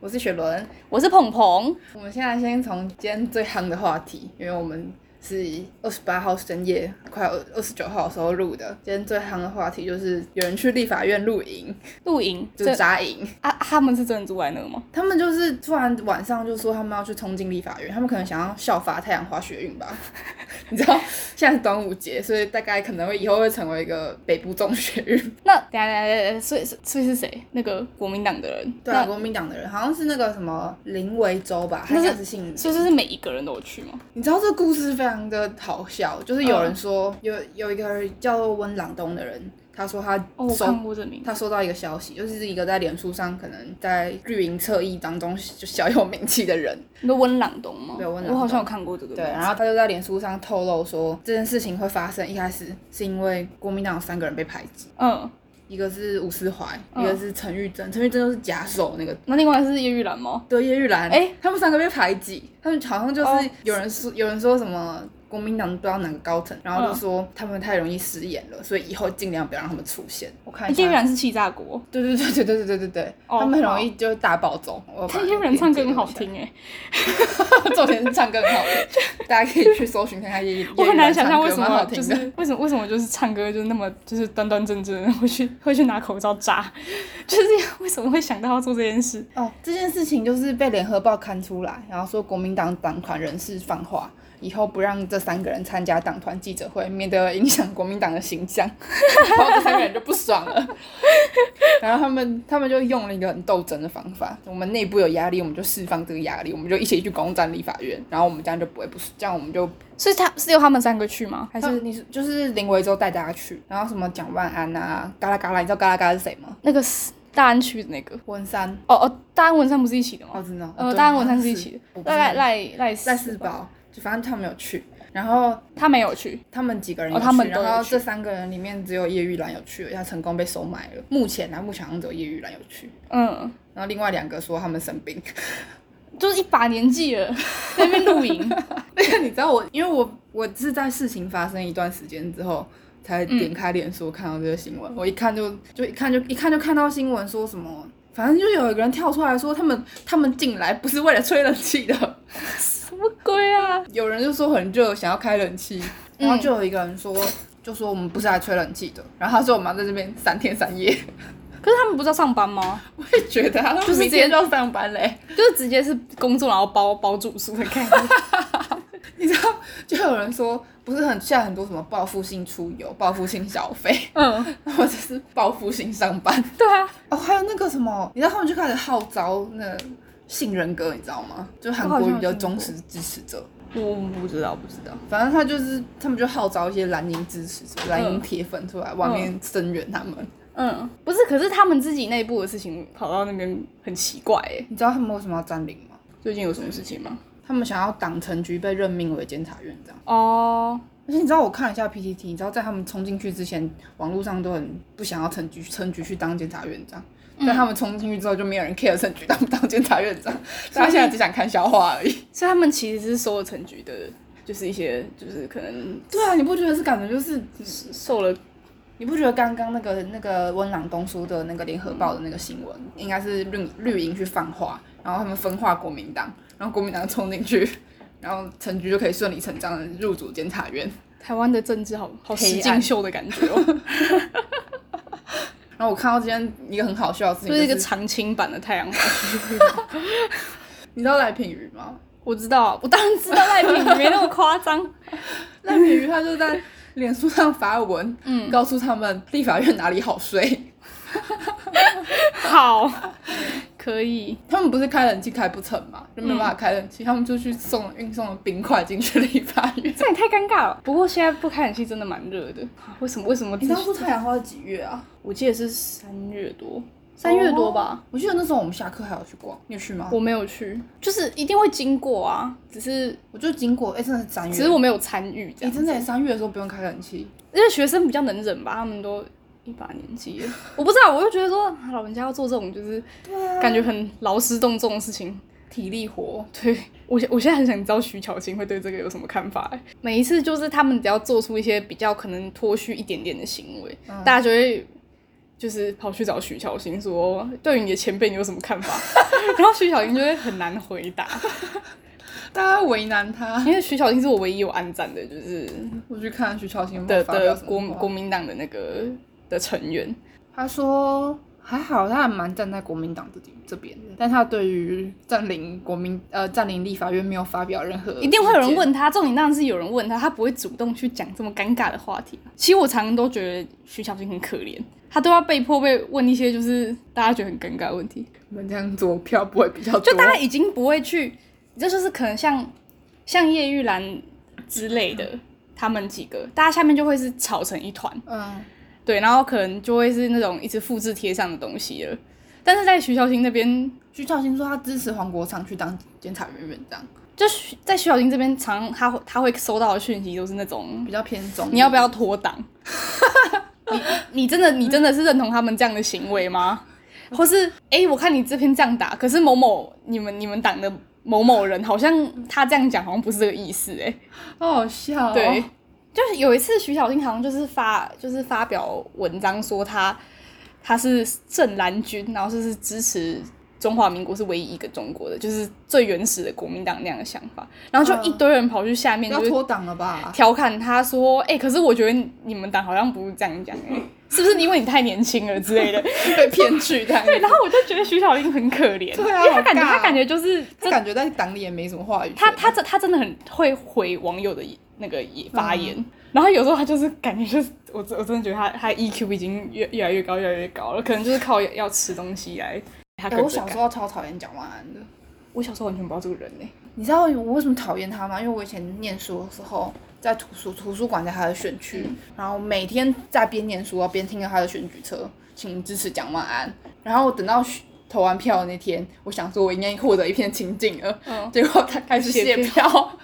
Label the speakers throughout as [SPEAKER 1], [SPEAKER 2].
[SPEAKER 1] 我是雪伦。
[SPEAKER 2] 我是鹏鹏，
[SPEAKER 1] 我们现在先从今天最夯的话题，因为我们是二十八号深夜，快二二十九号的时候录的。今天最夯的话题就是有人去立法院露营，
[SPEAKER 2] 露营
[SPEAKER 1] 就
[SPEAKER 2] 这
[SPEAKER 1] 是扎营。
[SPEAKER 2] 啊，他们是真的住在那吗？
[SPEAKER 1] 他们就是突然晚上就说他们要去冲进立法院，他们可能想要效法太阳花学运吧。 你知道现在是端午节，所以大概可能会以后会成为一个北部中学运。
[SPEAKER 2] 那等一下等一下等一下，所以是所以是谁？那个国民党的人，
[SPEAKER 1] 对啊，
[SPEAKER 2] 那
[SPEAKER 1] 国民党的人好像是那个什么林维洲吧，他
[SPEAKER 2] 那
[SPEAKER 1] 应
[SPEAKER 2] 是
[SPEAKER 1] 该是姓林。
[SPEAKER 2] 所以就是每一个人都有去吗？
[SPEAKER 1] 你知道这故事非常的好笑，就是有人说、
[SPEAKER 2] 嗯
[SPEAKER 1] 有有一个叫做温朗东的人，他说他
[SPEAKER 2] 哦，我
[SPEAKER 1] 收、
[SPEAKER 2] 看过这名字，
[SPEAKER 1] 他收到一个消息，就是一个在脸书上可能在绿营侧翼当中就小有名气的人，
[SPEAKER 2] 你说温朗东吗？
[SPEAKER 1] 对温朗东
[SPEAKER 2] 我好像有看过这个名字。
[SPEAKER 1] 对， 然后他就在脸书上透露说这件事情会发生，一开始是因为国民党有三个人被排挤，
[SPEAKER 2] 嗯，
[SPEAKER 1] 一个是吴思怀，
[SPEAKER 2] 嗯
[SPEAKER 1] 一个是陈玉珍，陈玉珍就是假手那个。
[SPEAKER 2] 那另外是叶玉兰吗？
[SPEAKER 1] 对叶玉兰，
[SPEAKER 2] 哎
[SPEAKER 1] 他们三个被排挤，他们好像就
[SPEAKER 2] 哦
[SPEAKER 1] 是有人说、有人说什么国民党不知道哪个高层，然
[SPEAKER 2] 嗯
[SPEAKER 1] 后就说他们太容易失言了，所以以后尽量不要让他们出现。我看一下
[SPEAKER 2] 哎叶玉，兰是气炸锅，
[SPEAKER 1] 对对对对对对对对对，
[SPEAKER 2] 哦
[SPEAKER 1] 他们很容易就大暴走。我把
[SPEAKER 2] 但叶玉兰唱歌很好
[SPEAKER 1] 链接
[SPEAKER 2] 听哎、
[SPEAKER 1] 留下来， 重点是唱歌很好听，大家可以去搜寻看看叶叶玉兰
[SPEAKER 2] 我很难想象
[SPEAKER 1] 唱歌
[SPEAKER 2] 为什
[SPEAKER 1] 蛮好
[SPEAKER 2] 么
[SPEAKER 1] 听
[SPEAKER 2] 就
[SPEAKER 1] 的
[SPEAKER 2] 是为什么为什么就是唱歌就那么就是端端正正的 会去会去拿口罩扎， 就是为什么会想到要做这件事？
[SPEAKER 1] 哦，这件事情就是被联合报刊出来，然后说国民党党团人士放话，以后不让这三个人参加党团记者会，免得影响国民党的形象。 然后这三个人就不爽了， 然后他们他们就用了一个很斗争的方法，我们内部有压力，我们就释放这个压力，我们就一起去攻占立法院，然后我们这样就不会不这样我们就
[SPEAKER 2] 所以他是由他们三个去吗？还
[SPEAKER 1] 还是
[SPEAKER 2] 是
[SPEAKER 1] 你是就是林维洲带大家去，然后什么蒋万安啊，嘎啦嘎啦，你知道嘎啦嘎啦是谁吗？
[SPEAKER 2] 那个是大安区的那个？
[SPEAKER 1] 文山，
[SPEAKER 2] 哦哦，大安文山不是一起的吗？
[SPEAKER 1] 哦，真的哦，
[SPEAKER 2] 呃，
[SPEAKER 1] 对
[SPEAKER 2] 大安文山是一起
[SPEAKER 1] 我
[SPEAKER 2] 的，
[SPEAKER 1] 不知道
[SPEAKER 2] 赖赖赖赖
[SPEAKER 1] 在四宝，就反正他们有去，然后
[SPEAKER 2] 他没有去，
[SPEAKER 1] 他们几个人
[SPEAKER 2] 哦
[SPEAKER 1] 有去，
[SPEAKER 2] 他们都有
[SPEAKER 1] 然后
[SPEAKER 2] 去
[SPEAKER 1] 这三个人里面只有叶玉兰有去，而且她成功被收买了。目前啊呢，目前好像只有叶玉兰有去，
[SPEAKER 2] 嗯，
[SPEAKER 1] 然后另外两个说他们生病。
[SPEAKER 2] 就是一把年纪了，在那边露营，
[SPEAKER 1] 那个你知道我，因为我我是在事情发生一段时间之后。才点开脸书看到这个新闻，
[SPEAKER 2] 嗯
[SPEAKER 1] 我一看就就一看就一看就看到新闻说什么，反正就有一个人跳出来说他们他们进来不是为了吹冷气的，
[SPEAKER 2] 什么鬼啊？
[SPEAKER 1] 有人就说很热，想要开冷气，
[SPEAKER 2] 嗯
[SPEAKER 1] 然后就有一个人说，就说我们不是来吹冷气的，然后他说我们要在这边三天三夜，
[SPEAKER 2] 可是他们不是要上班吗？
[SPEAKER 1] 我也觉得啊，他
[SPEAKER 2] 就
[SPEAKER 1] 们
[SPEAKER 2] 是
[SPEAKER 1] 明 天就要上班嘞。
[SPEAKER 2] 就是直接是工作然后包包住宿的概念，
[SPEAKER 1] 你知道，就有人说，不是很现在很多什么报复性出游、报复性消费，
[SPEAKER 2] 嗯，
[SPEAKER 1] 或者是报复性上班
[SPEAKER 2] 对啊，
[SPEAKER 1] 哦，还有那个什么，你知道他们就开始号召那杏仁哥，你知道吗？就是韩国瑜的忠实支持者。
[SPEAKER 2] 我不知道不知道，
[SPEAKER 1] 反正他就是，他们就号召一些蓝营支持者、蓝营铁粉出来外面声援他们。
[SPEAKER 2] 嗯，不是，可是他们自己内部的事情跑到那边很奇怪哎、
[SPEAKER 1] 你知道他们为什么要占领吗？
[SPEAKER 2] 最近有什么事情吗？
[SPEAKER 1] 他们想要党成局被任命为监察院长。
[SPEAKER 2] 哦，
[SPEAKER 1] 而且你知道，我看了一下 PTT，你知道在他们冲进去之前，网络上都很不想要陈局陈局去当监察院长。但他们冲进去之后，就没有人 care 陈局当不当监察院长，大家现在只想看笑话而已。
[SPEAKER 2] 所以他们其实是收了成局的，就是一些就是可能
[SPEAKER 1] 对啊，你不觉得是感觉就是，
[SPEAKER 2] 受了
[SPEAKER 1] 你不觉得刚刚那个那个温朗东说的那个联合报的那个新闻，应该是绿绿营去放话，然后他们分化国民党，然后国民党冲进去， 然后陈局就可以顺理成章的入主监察院。
[SPEAKER 2] 台湾的政治好好
[SPEAKER 1] 黑
[SPEAKER 2] 实
[SPEAKER 1] 暗
[SPEAKER 2] 境秀的感觉哦。
[SPEAKER 1] 然后我看到今天一个很好笑的事情，
[SPEAKER 2] 就是一个
[SPEAKER 1] 就是
[SPEAKER 2] 长青版的太阳花。
[SPEAKER 1] 你知道赖品妤吗？
[SPEAKER 2] 我知道，我当然知道赖品妤没那么夸张。
[SPEAKER 1] 赖品妤她就在脸书上发文，嗯，告诉他们立法院哪里好睡。
[SPEAKER 2] 好，可以。
[SPEAKER 1] 他们不是开冷气开不成嘛，就没有办法开冷气，他们就去送了运送了冰块进去立法 院。
[SPEAKER 2] 这也太尴尬了。不过现在不开冷气真的蛮热的。为什么？为什么？
[SPEAKER 1] 初太阳花是几月啊？
[SPEAKER 2] 我记得是三月多，三月多吧。
[SPEAKER 1] 我记得那时候我们下课还有去逛，你有去吗？我
[SPEAKER 2] 我没有去，就是一定会经过啊，只是
[SPEAKER 1] 我就经过，哎、真的是三月，
[SPEAKER 2] 只是我没有参与这
[SPEAKER 1] 哎、
[SPEAKER 2] 样。
[SPEAKER 1] 真的耶三月的时候不用开冷气，
[SPEAKER 2] 因为学生比较能忍吧，他们都一把年纪了，我不知道，我就觉得说啊老人家要做这种就是
[SPEAKER 1] 啊
[SPEAKER 2] 感觉很劳师动众的事情，
[SPEAKER 1] 体力活。
[SPEAKER 2] 对我现我现在很想知道徐巧芯会对这个有什么看法欸。每一次
[SPEAKER 1] 嗯
[SPEAKER 2] 就是他们只要做出一些比较可能脱序一点点的行为，大家就会就是跑去找徐小新说，对于你的前辈你有什么看法？ 然后徐小新就会很难回答，
[SPEAKER 1] 大家为难他。
[SPEAKER 2] 因为徐小新是我唯一有暗赞的，就是
[SPEAKER 1] 我去看徐乔欣有没有
[SPEAKER 2] 的
[SPEAKER 1] 发表
[SPEAKER 2] 的
[SPEAKER 1] 什么
[SPEAKER 2] 国
[SPEAKER 1] 话
[SPEAKER 2] 国民党的那个的成员，
[SPEAKER 1] 他说还好，他还蛮站在国民党这边这边，但他对于占领国民呃占领立法院没有发表任何，
[SPEAKER 2] 一定会有人。问他，重点当然是有人问他，他不会主动去讲这么尴尬的话题。其实我常常都觉得徐小新很可怜，他都要被迫被问一些就是大家觉得很尴尬的问题，
[SPEAKER 1] 我们这样做票不会比较多，
[SPEAKER 2] 就大家已经不会去，这就是可能像像叶玉兰之类的，他们几个，大家下面就会是吵成一团，
[SPEAKER 1] 嗯，
[SPEAKER 2] 对，然后可能就会是那种一直复制贴上的东西了。但是在徐小新那边，
[SPEAKER 1] 徐巧芯说他支持黄国昌去当监察院院长，
[SPEAKER 2] 就徐在徐小新这边，常他会他会收到的讯息都是那种
[SPEAKER 1] 比较偏中。
[SPEAKER 2] 你要不要？脱党？ 你你真的你真的是认同他们这样的行为吗？或是哎、诶我看你这篇这样打，可是某某你们你们党的某某人好像他这样讲，好像不是这个意思哎、诶
[SPEAKER 1] 好好笑、哦。
[SPEAKER 2] 对，就是有一次徐小新好像就是发就是发表文章说他他是正蓝军，然后就是支持中华民国是唯一一个中国的，就是最原始的国民党那样的想法，然后就一堆人跑去下面
[SPEAKER 1] 不
[SPEAKER 2] 就
[SPEAKER 1] 嗯要
[SPEAKER 2] 是
[SPEAKER 1] 脱党了 吧？
[SPEAKER 2] 调侃他说：“哎、可是我觉得你们党好像不是这样讲、 欸，是不是因为你太年轻了之类的
[SPEAKER 1] 被骗去这样？”
[SPEAKER 2] 对，然后我就觉得徐小玲很可怜，
[SPEAKER 1] 对啊
[SPEAKER 2] 因为他感觉
[SPEAKER 1] 好尬
[SPEAKER 2] 他感觉就是
[SPEAKER 1] 他
[SPEAKER 2] 真
[SPEAKER 1] 感觉在党里也没什么话语权。
[SPEAKER 2] 他他真他真的很会回网友的那个发言，然后有时候他就是感觉就是我真我真的觉得他他 EQ 已经越越来越高越来越高了，可能就是靠要要吃东西来他
[SPEAKER 1] 哎、
[SPEAKER 2] 跟
[SPEAKER 1] 我
[SPEAKER 2] 着
[SPEAKER 1] 小时
[SPEAKER 2] 感。
[SPEAKER 1] 候超讨厌蒋万安的。
[SPEAKER 2] 我小时候完全不知道这个人呢、
[SPEAKER 1] 你知道我为什么讨厌他吗？因为我以前念书的时候，在图书图书馆在他的选区，
[SPEAKER 2] 嗯
[SPEAKER 1] 然后每天在边念书啊边听着他的选举车，请支持蒋万安。然后等到选投完票的那天，我想说我应该获得一片清静了，
[SPEAKER 2] 嗯
[SPEAKER 1] 结果他开始
[SPEAKER 2] 谢
[SPEAKER 1] 谢票。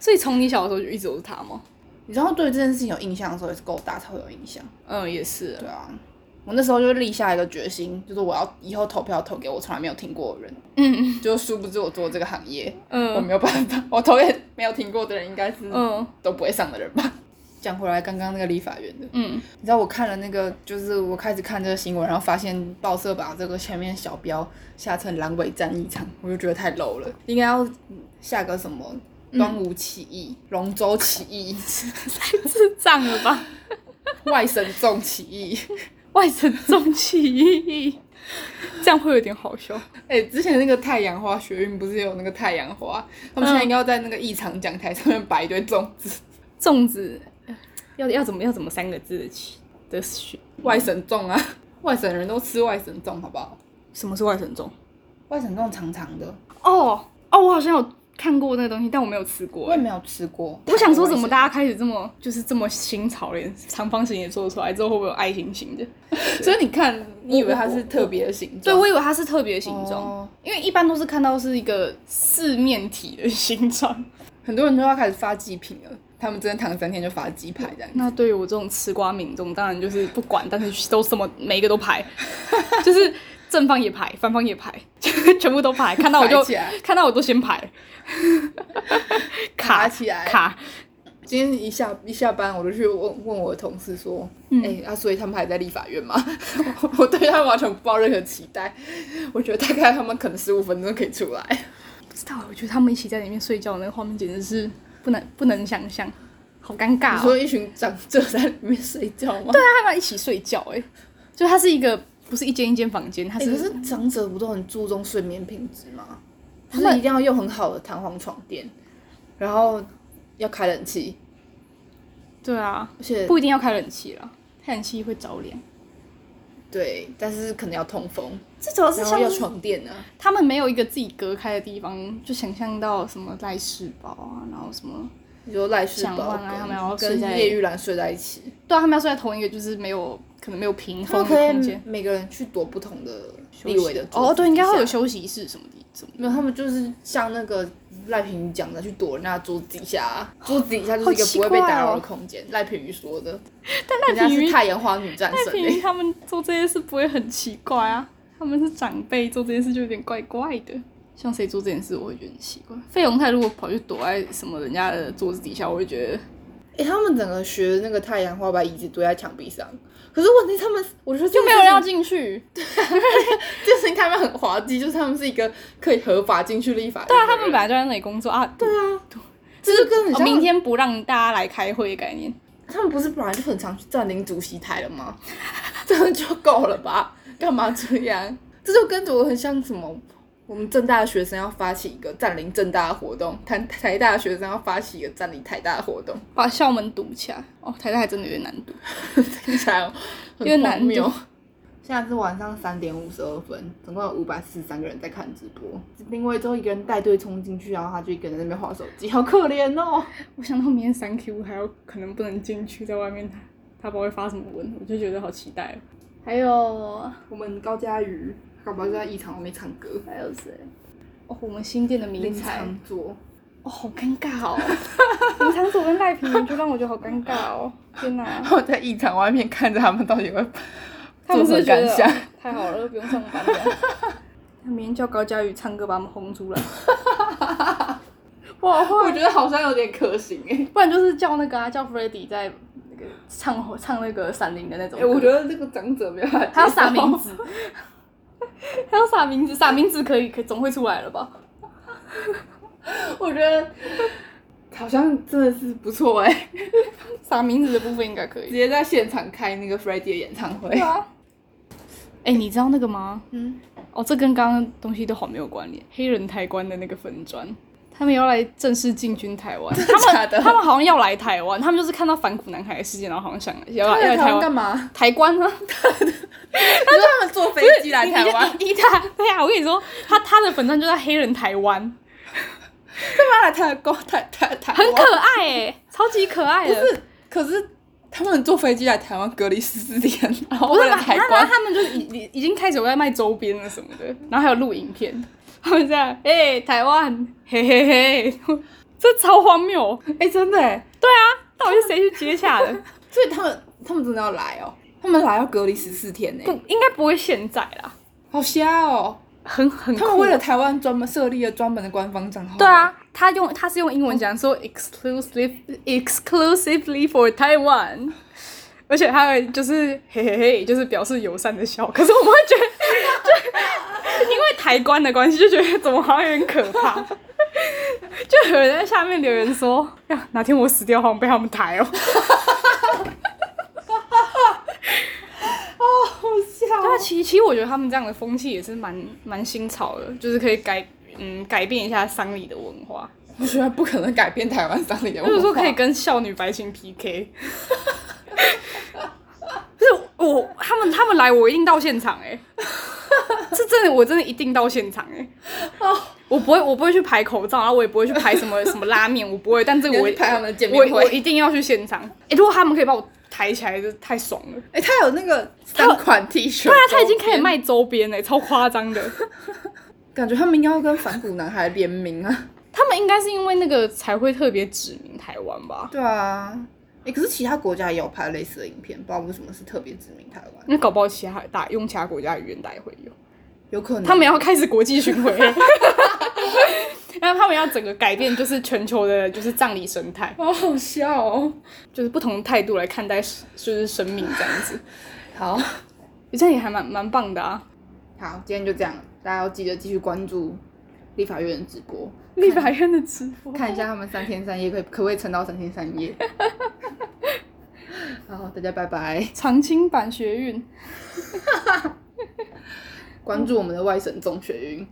[SPEAKER 2] 所以从你小的时候就一直都是他吗？
[SPEAKER 1] 你知道对这件事情有印象的时候也是够大才会有印象。
[SPEAKER 2] 嗯，也是
[SPEAKER 1] 对。啊，我那时候就立下一个决心，就是我要以后投票投给我从来没有听过的人。
[SPEAKER 2] 嗯
[SPEAKER 1] 就殊不知我做这个行业，我
[SPEAKER 2] 嗯
[SPEAKER 1] 没有办法， 我投给没有听过的人，应该是
[SPEAKER 2] 嗯
[SPEAKER 1] 都不会上的人吧。讲回来，刚刚那个立法院的，
[SPEAKER 2] 嗯
[SPEAKER 1] 你知道我看了那个，就是我开始看这个新闻，然后发现报社把这个前面小标下成“阑尾战一场”，我就觉得太 low 了，应该要下个什么端午起义、
[SPEAKER 2] 嗯
[SPEAKER 1] 龙舟起义、
[SPEAKER 2] 智障了吧？
[SPEAKER 1] 外省众起义。
[SPEAKER 2] 外省重起义， 这样会有点好笑。
[SPEAKER 1] 哎、之前那个太阳花学运不是有那个太阳花，他们现在应该要在那个异常讲台上面摆一堆粽子，
[SPEAKER 2] 粽子呃要要怎么要怎么三个字的起的选？
[SPEAKER 1] 外省粽啊， 外省人都吃外省粽，好不好？
[SPEAKER 2] 什么是外省粽？
[SPEAKER 1] 外省粽长长的，
[SPEAKER 2] 哦哦，我好像有看过那个东西，但我没有吃过
[SPEAKER 1] 我也。没有吃过。
[SPEAKER 2] 我想说，怎么
[SPEAKER 1] 家
[SPEAKER 2] 大家开始这么就是这么新潮，连长方形也做出来之后，会不会有爱心型的？
[SPEAKER 1] 所以你看，你以为它
[SPEAKER 2] 我
[SPEAKER 1] 是特别的形
[SPEAKER 2] 对，
[SPEAKER 1] 状？
[SPEAKER 2] 我以为它是特别形状，
[SPEAKER 1] 哦
[SPEAKER 2] 因为一般都是看到是一个四面体的形状。
[SPEAKER 1] 很多人都要开始发祭品了，他们真的躺三天就发鸡排这样子。
[SPEAKER 2] 那对于我这种吃瓜民众，当然就是不管，但是都什么每一个都排， 就是正方也排，反方也排，全部都排。看到我就
[SPEAKER 1] 排起来
[SPEAKER 2] 看到我都先 排，卡
[SPEAKER 1] 卡起来
[SPEAKER 2] 卡。
[SPEAKER 1] 今天一下一下班，我就去问问我的同事说：“哎、
[SPEAKER 2] 嗯
[SPEAKER 1] 啊，所以他们还在立法院吗？” 我我对他们完全不抱任何期待，我觉得大概他们可能十五分钟就可以出来。
[SPEAKER 2] 不知道，我觉得他们一起在里面睡觉的那个画面，简直是不能不能想象，好尴尬、
[SPEAKER 1] 你
[SPEAKER 2] 哦。
[SPEAKER 1] 说一群长者在里面睡觉吗？
[SPEAKER 2] 对啊，他们一起睡觉、欸，哎，就它是一个不是一间一间房间，它
[SPEAKER 1] 哎、
[SPEAKER 2] 是、
[SPEAKER 1] 可是长者不都很注重睡眠品质吗？
[SPEAKER 2] 他
[SPEAKER 1] 就
[SPEAKER 2] 们
[SPEAKER 1] 是一定要用很好的弹簧床垫，然后要开冷气，
[SPEAKER 2] 对啊，
[SPEAKER 1] 而且
[SPEAKER 2] 不一定要开冷气了，开冷气会着凉。
[SPEAKER 1] 对，但是可能要通风，
[SPEAKER 2] 这主要是
[SPEAKER 1] 然后
[SPEAKER 2] 像
[SPEAKER 1] 要
[SPEAKER 2] 是
[SPEAKER 1] 床垫啊。
[SPEAKER 2] 他们没有一个自己隔开的地方，就想象到什么赖世宝啊，然后什么，
[SPEAKER 1] 你说赖世
[SPEAKER 2] 想
[SPEAKER 1] 宝
[SPEAKER 2] 换啊他们要
[SPEAKER 1] 跟
[SPEAKER 2] 睡在
[SPEAKER 1] 跟叶玉兰睡在一起，
[SPEAKER 2] 对啊，他们要睡在同一个，就是没有可能没有屏
[SPEAKER 1] 他
[SPEAKER 2] 风
[SPEAKER 1] 们
[SPEAKER 2] 的
[SPEAKER 1] 可
[SPEAKER 2] 空
[SPEAKER 1] 以
[SPEAKER 2] 间，
[SPEAKER 1] 每个人去躲不同的
[SPEAKER 2] 休息
[SPEAKER 1] 立委的桌
[SPEAKER 2] 哦，
[SPEAKER 1] 子
[SPEAKER 2] 对，应该会有
[SPEAKER 1] 底下
[SPEAKER 2] 休息室什么的，什么
[SPEAKER 1] 没有，他们就是像那个赖品妤讲的，去躲人家桌子底下啊，桌子底下就是一个
[SPEAKER 2] 好奇
[SPEAKER 1] 不会被打
[SPEAKER 2] 哦怪哦
[SPEAKER 1] 扰的空间。赖品妤说的，
[SPEAKER 2] 但
[SPEAKER 1] 人家
[SPEAKER 2] 赖品
[SPEAKER 1] 是
[SPEAKER 2] 妤，
[SPEAKER 1] 太阳花女战
[SPEAKER 2] 赖
[SPEAKER 1] 神
[SPEAKER 2] 品
[SPEAKER 1] 欸
[SPEAKER 2] 妤他们做这些事不会很奇怪啊？他们是长辈，做这件事就有点怪怪的。像谁做这件事，我会觉得很奇怪。费龙泰如果跑去躲在什么人家的桌子底下，我会觉得
[SPEAKER 1] 哎、他们整个学那个太阳花把椅子堆在墙壁上，可是问题他们，我觉得就
[SPEAKER 2] 就没有人要进去。
[SPEAKER 1] 这件事情他们很滑稽，就是他们是一个可以合法进去立法的
[SPEAKER 2] 对
[SPEAKER 1] 人。
[SPEAKER 2] 啊，他们本来就在那里工作啊。对啊，
[SPEAKER 1] 这就跟很
[SPEAKER 2] 哦
[SPEAKER 1] 像、
[SPEAKER 2] 明天不让大家来开会的概念。
[SPEAKER 1] 他们不是本来就很常去占领主席台了吗？ 这样就够了吧？干嘛这样？这就跟着我很像什么？我们正大的学生要发起一个占领正大的活动，台台大的学生要发起一个占领台大的活动，
[SPEAKER 2] 把校门堵起来。哦，台大还真的有点难堵。
[SPEAKER 1] 听起来
[SPEAKER 2] 因为
[SPEAKER 1] 很
[SPEAKER 2] 难
[SPEAKER 1] 荒
[SPEAKER 2] 度
[SPEAKER 1] 谬。现在是晚上三点五十二分，总共有五百四十三个人在看直播，另外之后一个人带队冲进去，然后他就一个人在那边划手机，好可怜哦。
[SPEAKER 2] 我想到明天三 Q 还有可能不能进去，在外面他他不知道会发什么文，我就觉得好期待、哦。还有
[SPEAKER 1] 我们高佳瑜搞不好就在一场外面唱歌，
[SPEAKER 2] 还有谁？哦，我们新店的迷
[SPEAKER 1] 林
[SPEAKER 2] 彩，
[SPEAKER 1] 长佐。
[SPEAKER 2] 哦，好尴尬哦！ 林场佐跟赖皮，就让我觉得好尴尬哦！天哪，
[SPEAKER 1] 我在异场外面看着他们到底会
[SPEAKER 2] 他们是不是觉得
[SPEAKER 1] 作何 感想
[SPEAKER 2] 哦太好了，不用上班了。 他明天叫高佳宇唱歌把他们轰出来，
[SPEAKER 1] 哇，我觉得好像有点可行哎、
[SPEAKER 2] 不然就是叫那个啊，叫 f r e d d y 在那个唱唱那个闪灵的那种
[SPEAKER 1] 欸
[SPEAKER 2] 歌。
[SPEAKER 1] 我觉得这个长者没办法，
[SPEAKER 2] 还要撒 名，字，还要撒名字，撒名字可以，可总会出来了吧？
[SPEAKER 1] 我觉得好像真的是不错哎、
[SPEAKER 2] 撒名字的部分应该可
[SPEAKER 1] 直
[SPEAKER 2] 以。
[SPEAKER 1] 接在现场开那个 f r e d d y 的演唱会
[SPEAKER 2] 对。啊。哎、你知道那个吗？
[SPEAKER 1] 嗯，
[SPEAKER 2] 哦，这跟刚刚东西都好没有关联。黑人抬棺的那个粉砖，他们要来正式进军台湾，他
[SPEAKER 1] 假
[SPEAKER 2] 们
[SPEAKER 1] 的
[SPEAKER 2] 他们好像要来台湾，他们就是看到反骨男孩的事件，然后好像想要
[SPEAKER 1] 他
[SPEAKER 2] 来
[SPEAKER 1] 们来
[SPEAKER 2] 要来
[SPEAKER 1] 台湾
[SPEAKER 2] 台湾
[SPEAKER 1] 干 嘛？
[SPEAKER 2] 抬棺啊。
[SPEAKER 1] 你说他们坐飞机来台湾，
[SPEAKER 2] 一他对啊，我跟你说，他他的粉砖就在黑人台湾，
[SPEAKER 1] 干嘛来台湾？台台台
[SPEAKER 2] 很
[SPEAKER 1] 湾？
[SPEAKER 2] 可爱哎、超级可爱的。
[SPEAKER 1] 不是，可是他们坐飞机来台湾隔离十四天，然后
[SPEAKER 2] 不
[SPEAKER 1] 为
[SPEAKER 2] 是
[SPEAKER 1] 了
[SPEAKER 2] 吧？
[SPEAKER 1] 台
[SPEAKER 2] 他
[SPEAKER 1] 湾，
[SPEAKER 2] 他们就是已已已经开始有在卖周边了什么的，然后还有录影片，他们在哎、欸台湾嘿嘿嘿，这超荒谬！
[SPEAKER 1] 哎、真的哎、
[SPEAKER 2] 对啊，到底是谁去接 洽的？
[SPEAKER 1] 所以他们他们真的要来哦，他们来要隔离十四天呢、
[SPEAKER 2] 不应该不会现在啦，
[SPEAKER 1] 好瞎哦！
[SPEAKER 2] 很很酷
[SPEAKER 1] 他们为了台湾专门设立了专门的官方账号。
[SPEAKER 2] 对，啊，他用他是用英文讲说 exclusive exclusively for Taiwan。而且他会就是嘿嘿嘿，就是表示友善的笑。可是我们会觉得，就因为抬棺的关系，就觉得怎么好像有点可怕。就有人在下面留言说：“呀，哪天我死掉，好像被他们抬哦。
[SPEAKER 1] 好笑”哦
[SPEAKER 2] 对啊，其其实我觉得他们这样的风气也是蛮蛮新潮的，就是可以改嗯改变一下丧礼的文化，
[SPEAKER 1] 我觉得不可能改变台湾丧礼的文
[SPEAKER 2] 或
[SPEAKER 1] 化。
[SPEAKER 2] 者说可以跟少女白情 PK。就是我他们他们来，我一定到现场 哎、是真的，我真的一定到现场哎、
[SPEAKER 1] 哦，
[SPEAKER 2] 我不会，我不会去排口罩，然后啊我也不会去排什 么什么拉面，我不会。但这个
[SPEAKER 1] 你要
[SPEAKER 2] 我
[SPEAKER 1] 去排他们的见面
[SPEAKER 2] 我我
[SPEAKER 1] 会
[SPEAKER 2] 一定要去现场。哎、如果他们可以把我抬起来，就太爽了。
[SPEAKER 1] 哎、他有那个三款 T 恤，哦
[SPEAKER 2] 对啊，他已经开始卖周边嘞、超夸张的。
[SPEAKER 1] 感觉他们应该要跟反骨男孩联名啊。
[SPEAKER 2] 他们应该是因为那个才会特别指名台湾吧？
[SPEAKER 1] 对啊，哎、可是其他国家也有拍类似的影片，不知道为什么是特别指名台湾，
[SPEAKER 2] 那搞不好其他打用其他国家的语言打也会有。
[SPEAKER 1] 有可能
[SPEAKER 2] 他们要开始国际巡 回了，然后他们要整个改变就是全球的就是葬礼生态，
[SPEAKER 1] 好好笑哦。
[SPEAKER 2] 就是不同态度来看待就是生命这样子。
[SPEAKER 1] 好，
[SPEAKER 2] 这样也还蛮蛮棒的啊！
[SPEAKER 1] 好，今天就这样，大家要记得继续关注立法院的直播。
[SPEAKER 2] 立法院的直播，
[SPEAKER 1] 看一下他们三天三夜可以可不可以撑到三天三夜。 好，大家拜拜，
[SPEAKER 2] 长青版学运。
[SPEAKER 1] 关注我们的外省中学运。